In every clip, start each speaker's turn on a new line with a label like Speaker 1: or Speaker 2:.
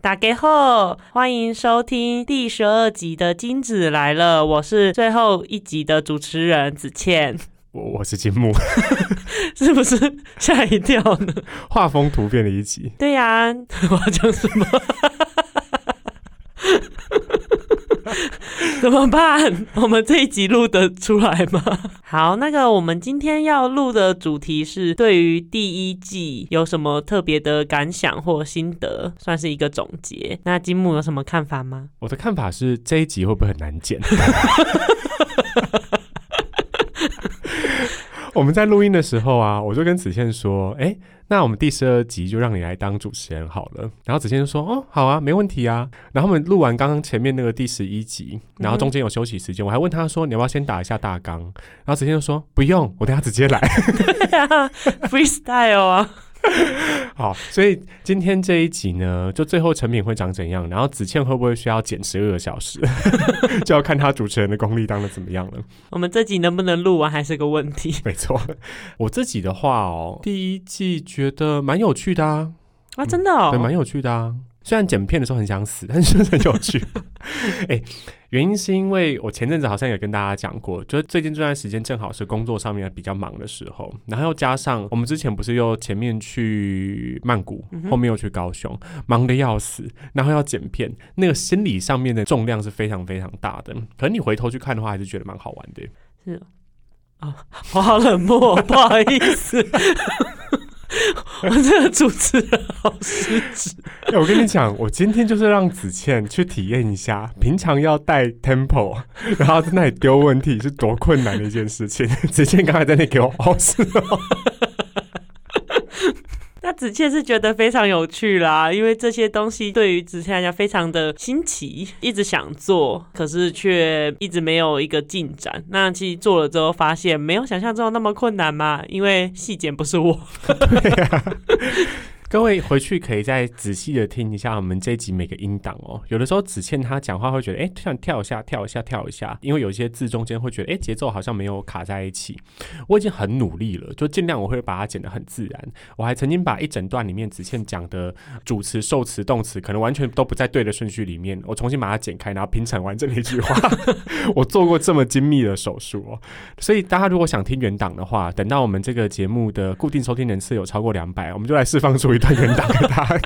Speaker 1: 打给后，欢迎收听第十二集的《金子来了》，我是最后一集的主持人子倩，
Speaker 2: 我我是金木，
Speaker 1: 是不是吓一跳呢？
Speaker 2: 画风突变的一集，
Speaker 1: 对呀、 我要讲什么？ 怎么办？我们这一集录得出来吗？好，那个我们今天要录的主题是对于第一季有什么特别的感想或心得，算是一个总结。那金木有什么看法吗？
Speaker 2: 我的看法是这一集会不会很难剪？ 我们在录音的时候啊，我就跟子倩说：“哎、那我们第十二集就让你来当主持人好了。”然后子倩就说：“哦，好啊，没问题啊。”然后我们录完刚刚前面那个第十一集，然后中间有休息时间，我还问她说：“你要不要先打一下大纲？”然后子倩就说：“不用，我等下直接来。”
Speaker 1: 对啊，freestyle 啊，
Speaker 2: 好，所以今天这一集呢，就最后成品会长怎样，然后子倩会不会需要剪十二个小时， 就要看她主持人的功力当的怎么样了。
Speaker 1: 我们这集能不能录完还是个问题
Speaker 2: 没错，我自己的话哦，第一季觉得蛮有趣的啊，
Speaker 1: 啊！真的哦
Speaker 2: 对，，蛮有趣的啊。虽然剪片的时候很想死，但是就是很有趣。 哎、原因是因为我前阵子好像有跟大家讲过，就是最近这段时间正好是工作上面比较忙的时候，然后又加上我们之前不是又前面去曼谷，后面又去高雄，忙得要死，然后要剪片，那个心理上面的重量是非常非常大的。可你回头去看的话，还是觉得蛮好玩的。
Speaker 1: 我好冷漠， 不好意思。 我这个主持人好失职，
Speaker 2: 欸我跟你讲，我今天就是让子倩去体验一下，平常要带 tempo，然 后在那里丢问题是多困难的一件事情。 子倩刚才在那里给我凹是哦，
Speaker 1: 那子倩是觉得非常有趣啦，因为这些东西对于子倩来讲非常的新奇，一直想做，可是却一直没有一个进展。那其实做了之后，发现没有想象中那么困难嘛，因为细节不是我。
Speaker 2: 各位回去可以再仔细的听一下我们这一集每个音档哦。有的时候子倩她讲话会觉得，哎、突然跳一下，跳一下，跳一下，因为有一些字中间会觉得，哎、节奏好像没有卡在一起。我已经很努力了，就尽量我会把它剪得很自然。我还曾经把一整段里面子倩讲的主词、受词、动词可能完全都不在对的顺序里面，我重新把它剪开，然后拼成完整的一句话。我做过这么精密的手术哦，所以大家如果想听原档的话，等到我们这个节目的固定收听人次有超过两百，我们就来释放出一段原档给大家，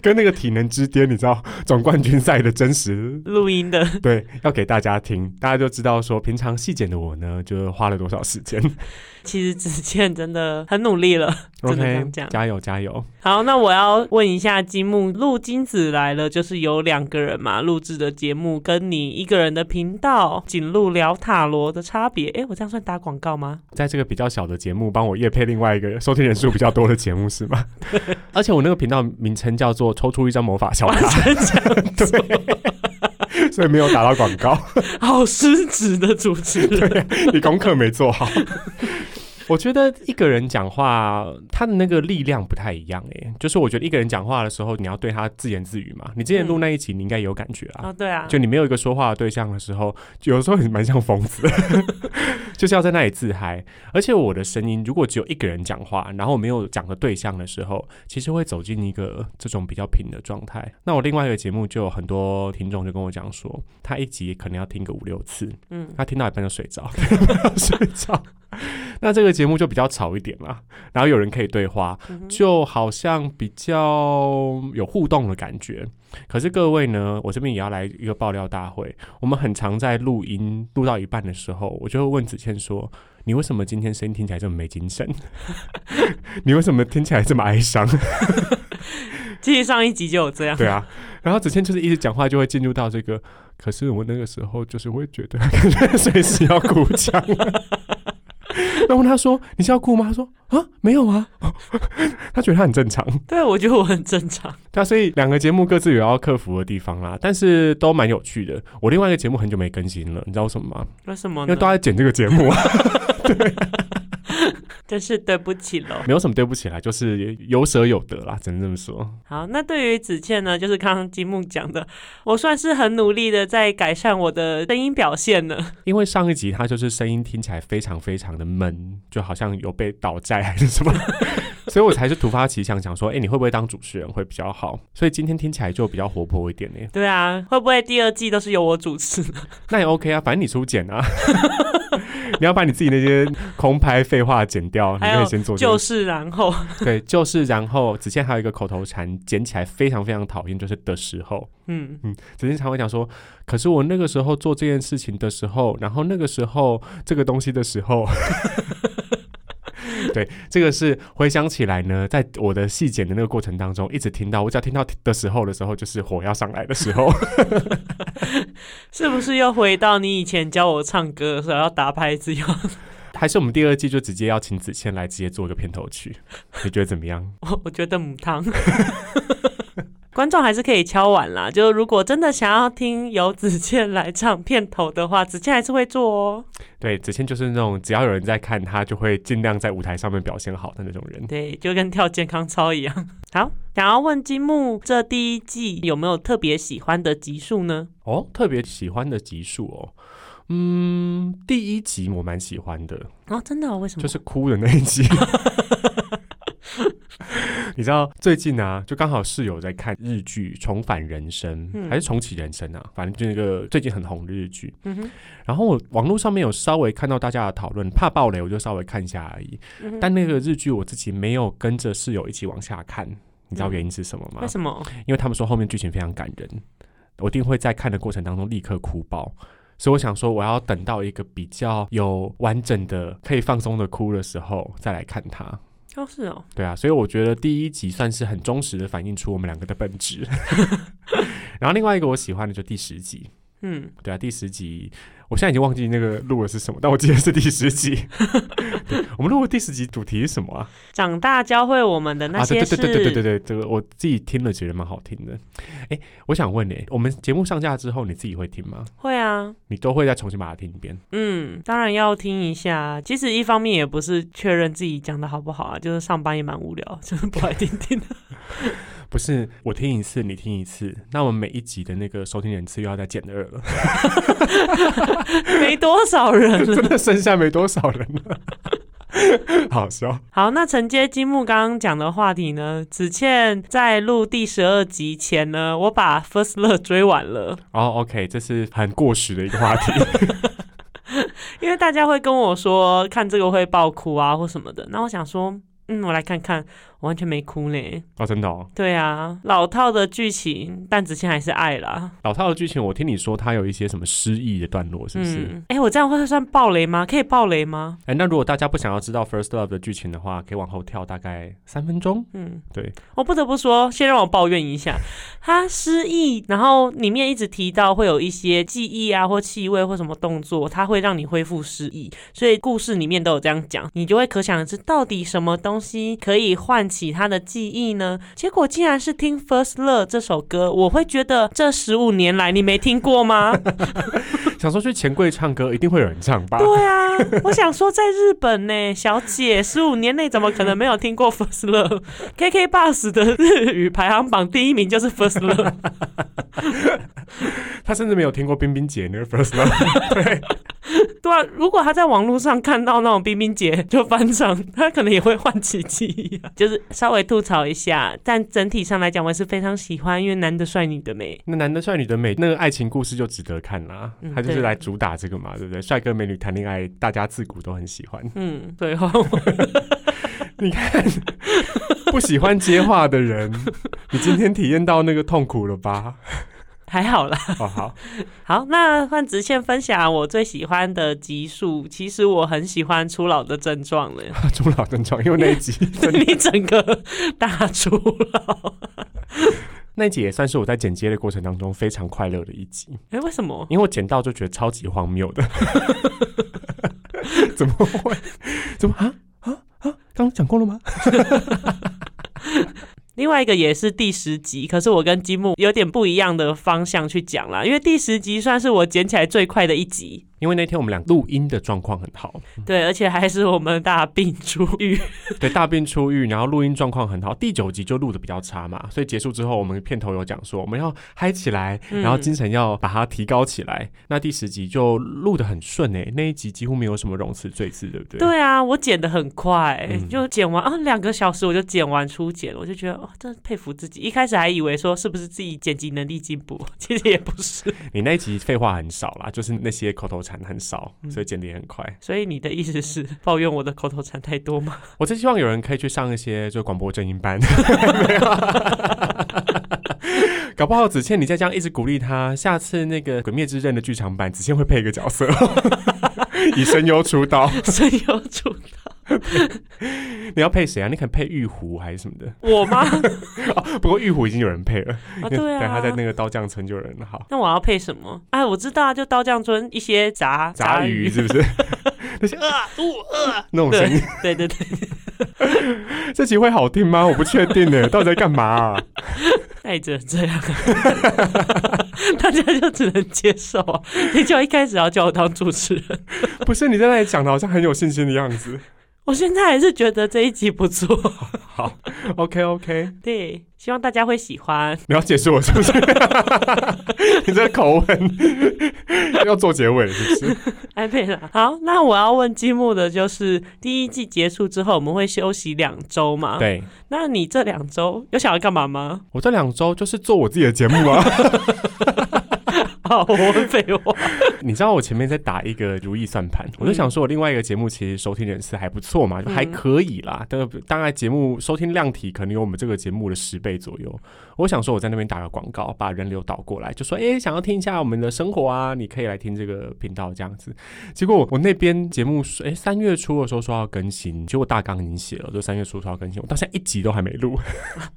Speaker 2: 跟那个体能之巅，你知道总冠军赛的真实。
Speaker 1: 录音的
Speaker 2: 对，要给大家听，大家就知道说，平常细剪的我呢，就是花了多少时间。
Speaker 1: 其实子倩真的很努力了。只能这
Speaker 2: OK，
Speaker 1: 样讲
Speaker 2: 加油加油！
Speaker 1: 好，那我要问一下金木，录金子来了，就是有两个人嘛录制的节目，跟你一个人的频道仅录聊塔罗的差别。诶，我这样算打广告吗？
Speaker 2: 在这个比较小的节目，帮我夜配另外一个收听人数比较多的节目是 吗？而且我那个频道名称叫做“抽出一张魔法小卡”，对， 所以没有打到广告，
Speaker 1: 好失职的主持人。
Speaker 2: 你功课没做好。 我觉得一个人讲话，他的那个力量不太一样诶、就是我觉得一个人讲话的时候，你要对他自言自语嘛。你之前录那一集，你应该有感 觉啊。
Speaker 1: 哦，对啊，
Speaker 2: 就你没有一个说话的对象的时候，就有时候很蛮像疯子， 就是要在那里自嗨。而且我的声音如果只有一个人讲话，然后我没有讲的对象的时候，其实会走进一个呃这种比较平的状态。那我另外一个节目就有很多听众就跟我讲说，他一集可能要听个五六次，
Speaker 1: 嗯，
Speaker 2: 他听到一半就睡着， 睡着。那这个节目就比较吵一点啦，然后有人可以对话，就好像比较有互动的感觉。可是各位呢，我这边也要来一个爆料大会。我们很常在录音录到一半的时候，我就会问子倩说：“你为什么今天声音听起来这么没精神？ 你为什么听起来这么哀伤？”
Speaker 1: 其实上一集就有这样。
Speaker 2: 对啊，然后子倩就是一直讲话就会进入到这个，可是我那个时候就是会觉得 感觉随时要哭 腔了。然后他说：“你是要哭吗？”他说：“啊，没有啊。” 他觉得他很正常。
Speaker 1: 对，我觉得我很正常。
Speaker 2: 对啊，所以两个节目各自有要克服的地方啦，但是都蛮有趣的。我另外一个节目很久没更新了，你知道为什么吗？
Speaker 1: 为什么
Speaker 2: 因
Speaker 1: 呢
Speaker 2: 为？都在剪这个节目，啊
Speaker 1: 真是对不起喽。
Speaker 2: 没有什么对不起啦，就是有舍有得啦，只能这么说。
Speaker 1: 好，那对于子倩呢，就是刚刚金木讲的，我算是很努力的在改善我的声音表现呢。
Speaker 2: 因为上一集 他就是声音听起来非常非常的闷，就好像有被倒债还是什么，所以我才是突发奇想，想说，哎、你会不会当主持人会比较好？所以今天听起来就比较活泼一点呢、
Speaker 1: 对啊，会不会第二季都是由我主持？
Speaker 2: 那也 OK 啊，反正你出剪啊， 你要把你自己那些空拍废话剪掉，你
Speaker 1: 还
Speaker 2: 可
Speaker 1: 有
Speaker 2: 以先做这
Speaker 1: 就
Speaker 2: 个。
Speaker 1: 是然后，
Speaker 2: 对，就是然后子倩还有一个口头禅，剪起来非常非常讨厌，就是的时候。
Speaker 1: 嗯，
Speaker 2: 子健常会讲说，可是我那个时候做这件事情的时候，然后那个时候这个东西的时候， 对，这个是回想起来呢，在我的细剪的那个过程当中，一直听到，我只要听到的时候的时候，就是火要上来的时候，
Speaker 1: 是不是又回到你以前教我唱歌的时候要打拍子要？
Speaker 2: 还是我们第二季就直接要请子倩来直接做一个片头曲，你觉得怎么样？
Speaker 1: 我我觉得母汤。 观众还是可以敲碗啦，就如果真的想要听由子倩来唱片头的话，子倩还是会做哦。
Speaker 2: 对，子倩就是那种只要有人在看她，就会尽量在舞台上面表现好的那种人。
Speaker 1: 对，就跟跳健康操一样。 好，想要问金木这第一季有没有特别喜欢的集数呢？
Speaker 2: 哦，特别喜欢的集数哦，嗯，第一集我蛮喜欢的，
Speaker 1: 哦，真的、哦？为什么？
Speaker 2: 就是哭的那一集。 你知道最近啊，就刚好室友在看日剧《重返人生》
Speaker 1: 嗯
Speaker 2: 还是重启人生啊，反正就那个最近很红的日剧。
Speaker 1: 嗯哼，
Speaker 2: 然后我网络上面有稍微看到大家的讨论，怕爆雷我就稍微看一下而已。
Speaker 1: 嗯哼
Speaker 2: 但那个日剧我自己没有跟着室友一起往下看，你知道
Speaker 1: 嗯
Speaker 2: 原因是什么吗？
Speaker 1: 为什么？
Speaker 2: 因为他们说后面剧情非常感人，我一定会在看的过程当中立刻哭爆。所以我想说，我要等到一个比较有完整的、可以放松的哭的时候再来看它。
Speaker 1: 哦，是哦，
Speaker 2: 对啊，所以我觉得第一集算是很忠实的反映出我们两个的本质。然后另外一个我喜欢的就第十集，
Speaker 1: 嗯，
Speaker 2: 对啊，第十集我现在已经忘记那个录的是什么，但我记得是第十集。对我们录的第十集主题是什么啊？
Speaker 1: 长大教会我们的那
Speaker 2: 啊，
Speaker 1: 些
Speaker 2: 对对
Speaker 1: 事，
Speaker 2: 对对对对对，这个我自己听了觉得蛮好听的。哎，我想问你、我们节目上架之后，你自己会听吗？
Speaker 1: 会啊。
Speaker 2: 你都会再重新把它听一遍？
Speaker 1: 嗯，当然要听一下。啊其实一方面也不是确认自己讲的好不好啊，就是上班也蛮无聊， 就是不来听听。
Speaker 2: 不是，我听一次，你听一次，那我们每一集的那个收听人次又要再减二了，
Speaker 1: 没多少人了。
Speaker 2: 真的剩下没多少人了， 好笑。
Speaker 1: 好，那承接金木刚刚讲的话题呢，子倩在录第十二集前呢，我把 First Love 追完了，
Speaker 2: 哦、o k 这是很过时的一个话题。
Speaker 1: 因为大家会跟我说看这个会爆哭啊或什么的，那我想说。嗯，我来看看，我完全没哭呢。
Speaker 2: 哦，真的哦，
Speaker 1: 对啊，老套的剧情，但子倩还是爱啦。
Speaker 2: 老套的剧情，我听你说它有一些什么失忆的段落，是不是？
Speaker 1: 嗯，哎、我这样会算暴雷吗？可以暴雷吗？
Speaker 2: 哎、那如果大家不想要知道 First Love 的剧情的话，可以往后跳大概三分钟。
Speaker 1: 嗯，
Speaker 2: 对，
Speaker 1: 我不得不说，先让我抱怨一下，他失忆，然后里面一直提到会有一些记忆啊，或气味或什么动作，它会让你恢复失忆，所以故事里面都有这样讲，你就会可想而知，到底什么东西可以唤起他的记忆呢？结果竟然是听《First Love》这首歌，我会觉得这十五年来你没听过吗？
Speaker 2: 想说去钱柜唱歌，一定会有人唱吧？
Speaker 1: 对啊，我想说，在日本呢，小姐十五年内怎么可能没有听过 First Love？KK Bus 的日语排行榜第一名就是 First Love。
Speaker 2: 他甚至没有听过冰冰姐那个 First Love，
Speaker 1: 对啊，如果他在网络上看到那种冰冰姐就翻唱，他可能也会唤起记忆、啊。就是稍微吐槽一下，但整体上来讲，我还是非常喜欢，因为男的帅，女的美。
Speaker 2: 那男的帅，女的美，那个爱情故事就值得看啦。
Speaker 1: 嗯
Speaker 2: 他就是
Speaker 1: 对
Speaker 2: 来主打这个嘛，对不对？帅哥美女谈恋爱，大家自古都 很喜欢。
Speaker 1: 嗯，对哦，
Speaker 2: 不喜欢接话的人，你今天体验到那个痛苦了吧？
Speaker 1: 还好啦。
Speaker 2: 哦，好，
Speaker 1: 好，那换直线分享我最喜欢的集数，其实我很喜欢初老的症状了。
Speaker 2: 朱老症状，因为 那一集 真的
Speaker 1: 你整个大初老，
Speaker 2: 那一集也算是我在剪接的过程当中非常快乐的一集，
Speaker 1: 哎、为什么？
Speaker 2: 因为我剪到就觉得超级荒谬 的， 怎么会？怎么啊啊啊？刚刚讲过了吗？
Speaker 1: 另外一个也是第十集，可是我跟积木有点不一样的方向去讲啦，因为第十集算是我捡起来最快的一集。
Speaker 2: 因为那天我们俩录音的状况很好，
Speaker 1: 对，而且还是我们大病初愈，
Speaker 2: 对，大病初愈，然后录音状况很好。第九集就录的比较差嘛，所以结束之后，我们片头有讲说我们要嗨起来，
Speaker 1: 嗯
Speaker 2: 然后精神要把它提高起来。那第十集就录的很顺诶、那一集几乎没有什么冗词赘字，对不对？。
Speaker 1: 对啊，我剪的很快，
Speaker 2: 嗯
Speaker 1: 就剪完啊，两个小时我就剪完初剪了，我就觉得哦，真的佩服自己。一开始还以为说是不是自己剪辑能力进步， 其实也不是。
Speaker 2: 你那一集废话很少啦，就是那些口头禅很少，所以剪得也很快。
Speaker 1: 所以你的意思是
Speaker 2: 嗯
Speaker 1: 抱怨我的口头禅太多吗？
Speaker 2: 我真希望有人可以去上一些就广播正音班。 啊搞不好子倩，你再这样一直鼓励她，下次那个《鬼灭之刃》的剧场版，子倩会配一个角色， 以声优出道。
Speaker 1: 声优主
Speaker 2: 你要配谁啊？你可能配玉壶还是什么的？
Speaker 1: 我吗？ 啊，
Speaker 2: 不过玉壶已经有人配了，
Speaker 1: 对
Speaker 2: 但
Speaker 1: 啊
Speaker 2: 他。在那个刀匠村就有人了好
Speaker 1: 那我要配什么？哎，我知道啊，就刀匠村一些杂
Speaker 2: 杂鱼
Speaker 1: 鱼，
Speaker 2: 是不是？那些
Speaker 1: 啊，呜呃，
Speaker 2: 那种声音，
Speaker 1: 对对对，
Speaker 2: 这集会好听吗？我不确定呢，到底在干嘛啊、
Speaker 1: 那也只能这样， 大家就只能接受啊。你就一开始要叫我当主持人。
Speaker 2: 不是你在那里讲的好像很有信心的样子。
Speaker 1: 我现在还是觉得这一集不错，
Speaker 2: 好，OK OK，
Speaker 1: 对，希望大家会喜欢。
Speaker 2: 你要解释我是不是？你这个口吻要做结尾是不是？
Speaker 1: 安佩拉，好，那我要问积木的就是，第一季结束之后我们会休息两周嘛？，
Speaker 2: 对
Speaker 1: 那你这两周有想要干嘛吗？
Speaker 2: 我这两周就是做我自己的节目啊。
Speaker 1: 好，哦我问废话。
Speaker 2: 你知道我前面在打一个如意算盘，我就想说，我另外一个节目其实收听人次还不错嘛，就还可以啦。但当然，节目收听量体可能有我们这个节目的十倍左右。我想说，我在那边打个广告，把人流导过来，就说，哎、想要听一下我们的生活啊，你可以来听这个频道这样子。结果我那边节目，哎、三月初的时候说要更新，结果大纲已经写了，就三月初说要更新，我到现在一集都还没录。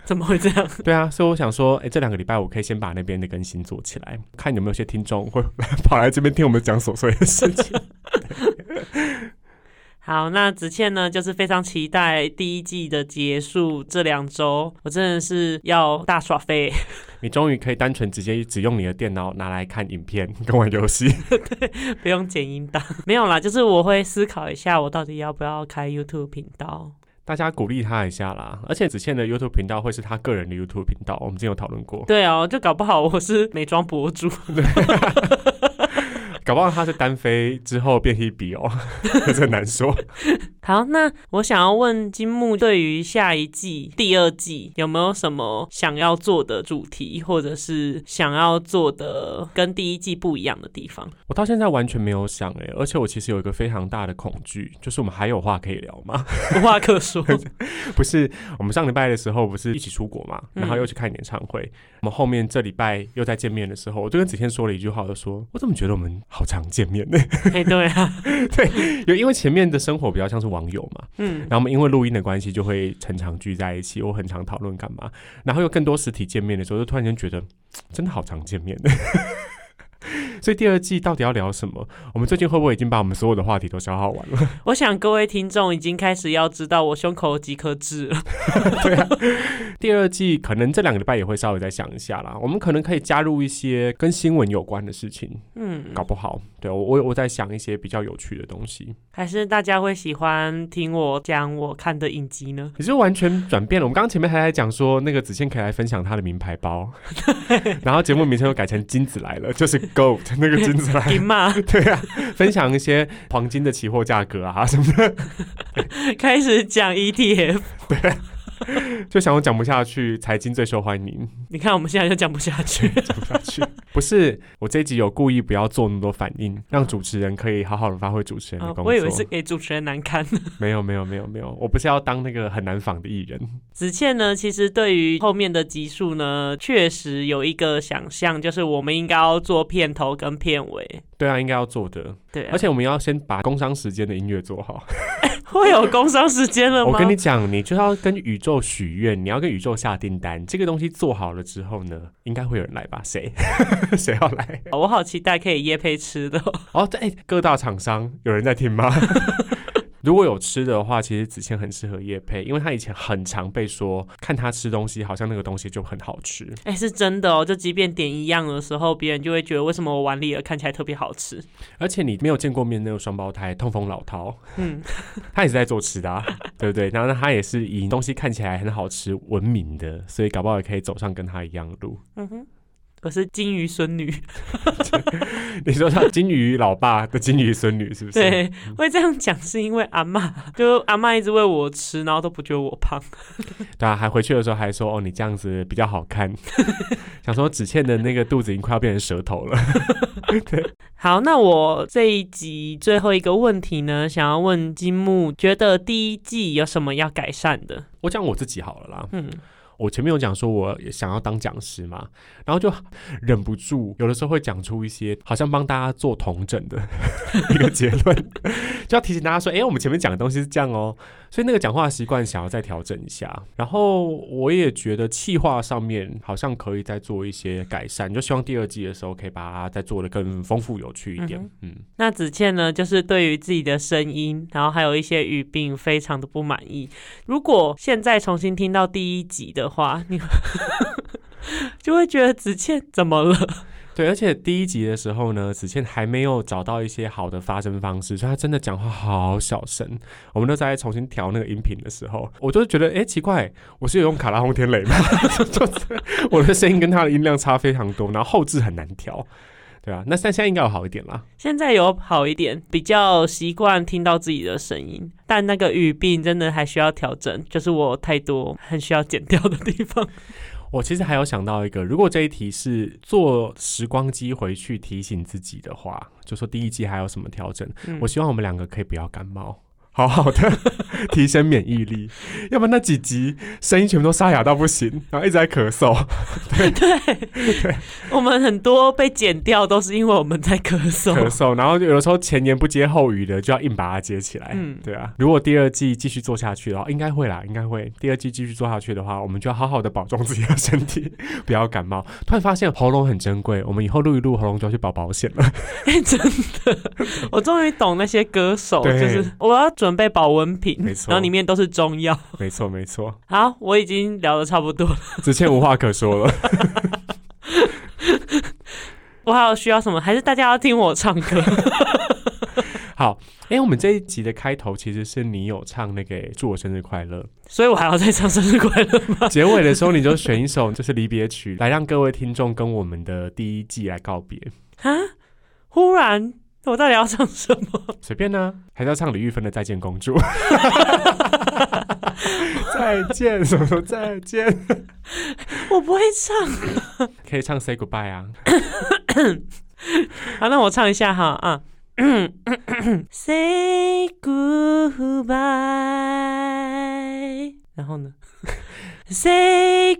Speaker 1: 怎么会这样？
Speaker 2: 对啊，所以我想说，哎、这两个礼拜我可以先把那边的更新做起来，看有没有些听众会 跑来这边听我们讲琐碎的事情。
Speaker 1: 好，那子倩呢，就是非常期待第一季的结束。这两周我真的是要大耍飞，
Speaker 2: 你终于可以单纯直接只用你的电脑拿来看影片跟玩游戏。
Speaker 1: 不用剪音档。没有啦，就是我会思考一下，我到底要不要开 YouTube 频道。
Speaker 2: 大家鼓励他一下啦，而且子倩的 YouTube 频道会是他个人的 YouTube 频道，我们之前有讨论过，
Speaker 1: 对哦，就搞不好我是美妆博主。
Speaker 2: 搞不好他是单飞之后变 Hebe 哦， 这很难说。
Speaker 1: 好，那我想要问金木，对于下一季、第二季有没有什么想要做的主题，或者是想要做的跟第一季不一样的地方？
Speaker 2: 我到现在完全没有想哎、而且我其实有一个非常大的恐惧，就是我们还有话可以聊吗？
Speaker 1: 无话可说。
Speaker 2: 不是，我们上礼拜的时候不是一起出国嘛，
Speaker 1: 嗯
Speaker 2: 然后又去看演唱会。我们后面这礼拜又在见面的时候，我就跟子倩说了一句话，我就说：“我怎么觉得我们好常见面呢？
Speaker 1: 哎，对啊，
Speaker 2: 有因为前面的生活比较像是网友嘛，
Speaker 1: 嗯
Speaker 2: 然后我们因为录音的关系就会常常聚在一起，我很常讨论干嘛，然后又更多实体见面的时候，就突然间觉得嘖真的好常见面呢。 所以第二季到底要聊什么？我们最近会不会已经把我们所有的话题都消耗完了？
Speaker 1: 我想各位听众已经开始要知道我胸口有几颗痣了。
Speaker 2: 第二季可能这两个礼拜也会稍微再想一下啦。我们可能可以加入一些跟新闻有关的事情，
Speaker 1: 嗯，
Speaker 2: 搞不好。对我我我在想一些比较有趣的东西。
Speaker 1: 还是大家会喜欢听我讲我看的影集呢？
Speaker 2: 可是完全转变了。我们刚刚前面还在讲说，那个子倩可以来分享她的名牌 包，然后节目名称又改成“金子来了”，就是 Gold 那 个金子来了。
Speaker 1: 金嘛，
Speaker 2: 对啊，分享一些黄金的期货价格啊什么
Speaker 1: 开始讲 E ETF，
Speaker 2: 的，就想我讲不下去，财经最受欢迎，
Speaker 1: 你看我们现在就讲不下去。
Speaker 2: 讲不下去。 不是，我这一集有故意不要做那么多反应，让主持人可以好好的发挥主持人的
Speaker 1: 啊
Speaker 2: 工作。
Speaker 1: 我以为是给主持人难堪。
Speaker 2: 没有没有没有没有，我不是要当那个很难仿的艺人。
Speaker 1: 子倩呢，其实对于后面的集数呢，确实有一个想象，就是我们应该要做片头跟片尾。
Speaker 2: 对啊，应该要做的，
Speaker 1: 对、啊，
Speaker 2: 而且我们要先把工商时间的音乐做好。
Speaker 1: 会有工伤时间了吗？
Speaker 2: 我跟你讲，你就要跟宇宙许愿，你要跟宇宙下订单。这个东西做好了之后呢，应该会有人来吧？谁？ 谁要来？
Speaker 1: 我好期待可以夜配吃的哦、
Speaker 2: 哦，对，哎各大厂商有人在听吗？ 如果有吃的话，其实子倩很适合叶配，因为她以前很常被说，看她吃东西，好像那个东西就很好吃。
Speaker 1: 哎、是真的哦，就即便点一样的时候，别人就会觉得为什么我碗里的看起来特别好吃？
Speaker 2: 而且你没有见过面那个双胞胎痛风老饕，
Speaker 1: 嗯，
Speaker 2: 他也是在做吃的、啊， 对不对？然后他也是以东西看起来很好吃闻名的，所以搞不好也可以走上跟他一样的路。
Speaker 1: 嗯哼，我是金鱼孙女，
Speaker 2: 你说像金鱼老爸的金鱼孙女是不是？
Speaker 1: 对，会这样讲是因为阿嬷，就阿嬷一直喂我吃，然后都不觉得我胖。
Speaker 2: 对啊，还回去的时候还说哦，你这样子比较好看， 想说子倩的那个肚子已经快要变成舌头了。
Speaker 1: 好，那我这一集最后一个问题呢，想要问金木，觉得第一季有什么要改善的？
Speaker 2: 我讲我自己好了啦，
Speaker 1: 嗯，
Speaker 2: 我前面有讲说我也想要当讲师嘛，然后就忍不住有的时候会讲出一些好像帮大家做同诊的一个结论，就要提醒大家说，哎、我们前面讲的东西是这样哦，所以那个讲话习惯想要再调整一下。然后我也觉得气化上面好像可以再做一些改善，就希望第二季的时候可以把它再做的更丰富有趣一点。嗯
Speaker 1: 那子倩呢，就是对于自己的声音，然后还有一些语病，非常的不满意。如果现在重新听到第一集的话，你 就会觉得子倩怎么了？
Speaker 2: 对，而且第一集的时候呢，子倩还没有找到一些好的发声方式，所以她真的讲话好小声。我们都在重新调那个音频的时候，我就觉得，哎，奇怪，我是有用卡拉轰天雷吗？ 就是我的声音跟她的音量差非常多，然后后置很难调。对啊，那但现在应该有好一点啦。
Speaker 1: 现在有好一点，比较习惯听到自己的声音，但那个语病真的还需要调整，就是我太多很需要剪掉的地方。
Speaker 2: 我其实还有想到一个，如果这一题是坐时光机回去提醒自己的话，就说第一季还有什么调整，
Speaker 1: 嗯
Speaker 2: 我希望我们两个可以不要感冒，好好的 提升免疫力，要不然那几集声音全部都沙哑到不行，然后一直在咳 嗽。
Speaker 1: 我们很多被剪掉都是因为我们在咳
Speaker 2: 咳
Speaker 1: 嗽。
Speaker 2: 嗽，然后有的时候前言不接后语的，就要硬把它接起来。
Speaker 1: 嗯
Speaker 2: 对啊。如果第二季继续做下去的话，应该会啦，应该会。第二季继续做下去的话，我们就要好好的保重自己的身体， 不要感冒。突然发现喉咙很珍贵，我们以后录一录喉咙就要去保保险了。
Speaker 1: 哎，真的，我终于懂那些歌手，就
Speaker 2: 对
Speaker 1: 是我要准备保温瓶
Speaker 2: 没，错
Speaker 1: 然后里面都是中药。
Speaker 2: 没错，没错，
Speaker 1: 好，我已经聊的差不多了，
Speaker 2: 子倩无话可说 了。
Speaker 1: 我还有需要什么？还是大家要听我唱歌？
Speaker 2: 好，哎、我们这一集的开头其实是你有唱那个《祝我生日快乐
Speaker 1: 所以我还要再唱生日快乐吗？》，
Speaker 2: 结尾的时候你就选一首就是离别曲，来让各位听众跟我们的第一季来告别。
Speaker 1: 啊，忽然我到底要唱什么？
Speaker 2: 随便呢、还是要唱李玉芬的《再见公 主》。再见，什么时候再见？
Speaker 1: 我不会唱。
Speaker 2: 可以唱 Say Goodbye 啊。
Speaker 1: 好，那我唱一下哈啊。Say goodbye，然后呢 ？Say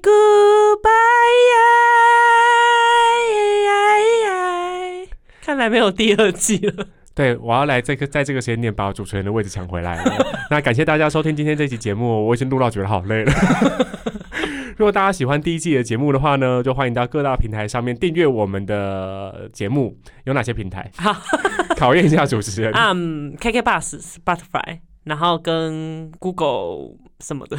Speaker 1: goodbye，看来没有第二季 了。
Speaker 2: 对，我要来这个，在这个时间点把我主持人的位置抢回来 了。那感谢大家收听今天这期节目，我已经录到觉得好累了。 如果大家喜欢第一季的节目的话呢，就欢迎到各大平台上面订阅我们的节目。有哪些平台？
Speaker 1: 好，
Speaker 2: 考验一下主持人。
Speaker 1: 嗯、k k Bus、Spotify，然后跟 Google 什么的。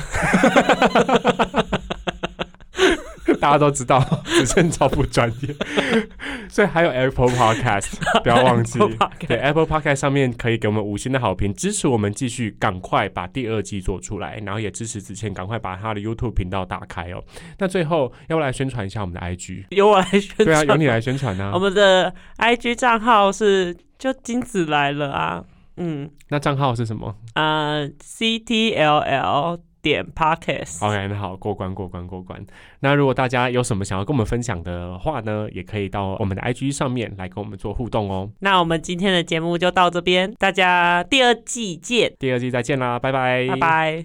Speaker 2: 大家都知道，子健超不专业， 所以还有 Apple Podcast，不要忘记
Speaker 1: Apple Podcast。
Speaker 2: 对 Apple Podcast 上面可以给我们五星的好评，支持我们继续赶快把第二季做出来，然后也支持子倩赶快把她的 YouTube 频道打开哦。那最后要不要来宣传一下我们的 IG？
Speaker 1: 由我来宣传。
Speaker 2: 对啊，由你来宣传
Speaker 1: 我
Speaker 2: 啊。
Speaker 1: 们的 IG 账号是就金子来了啊，嗯
Speaker 2: 那账号是什么
Speaker 1: 啊、c T L L 点 Pockets，
Speaker 2: ？OK，那好，过关过关过关。那如果大家有什么想要跟我们分享的话呢，也可以到我们的 IG 上面来跟我们做互动哦。
Speaker 1: 那我们今天的节目就到这边，大家第二季见，
Speaker 2: 第二季再见啦，拜拜，
Speaker 1: 拜拜。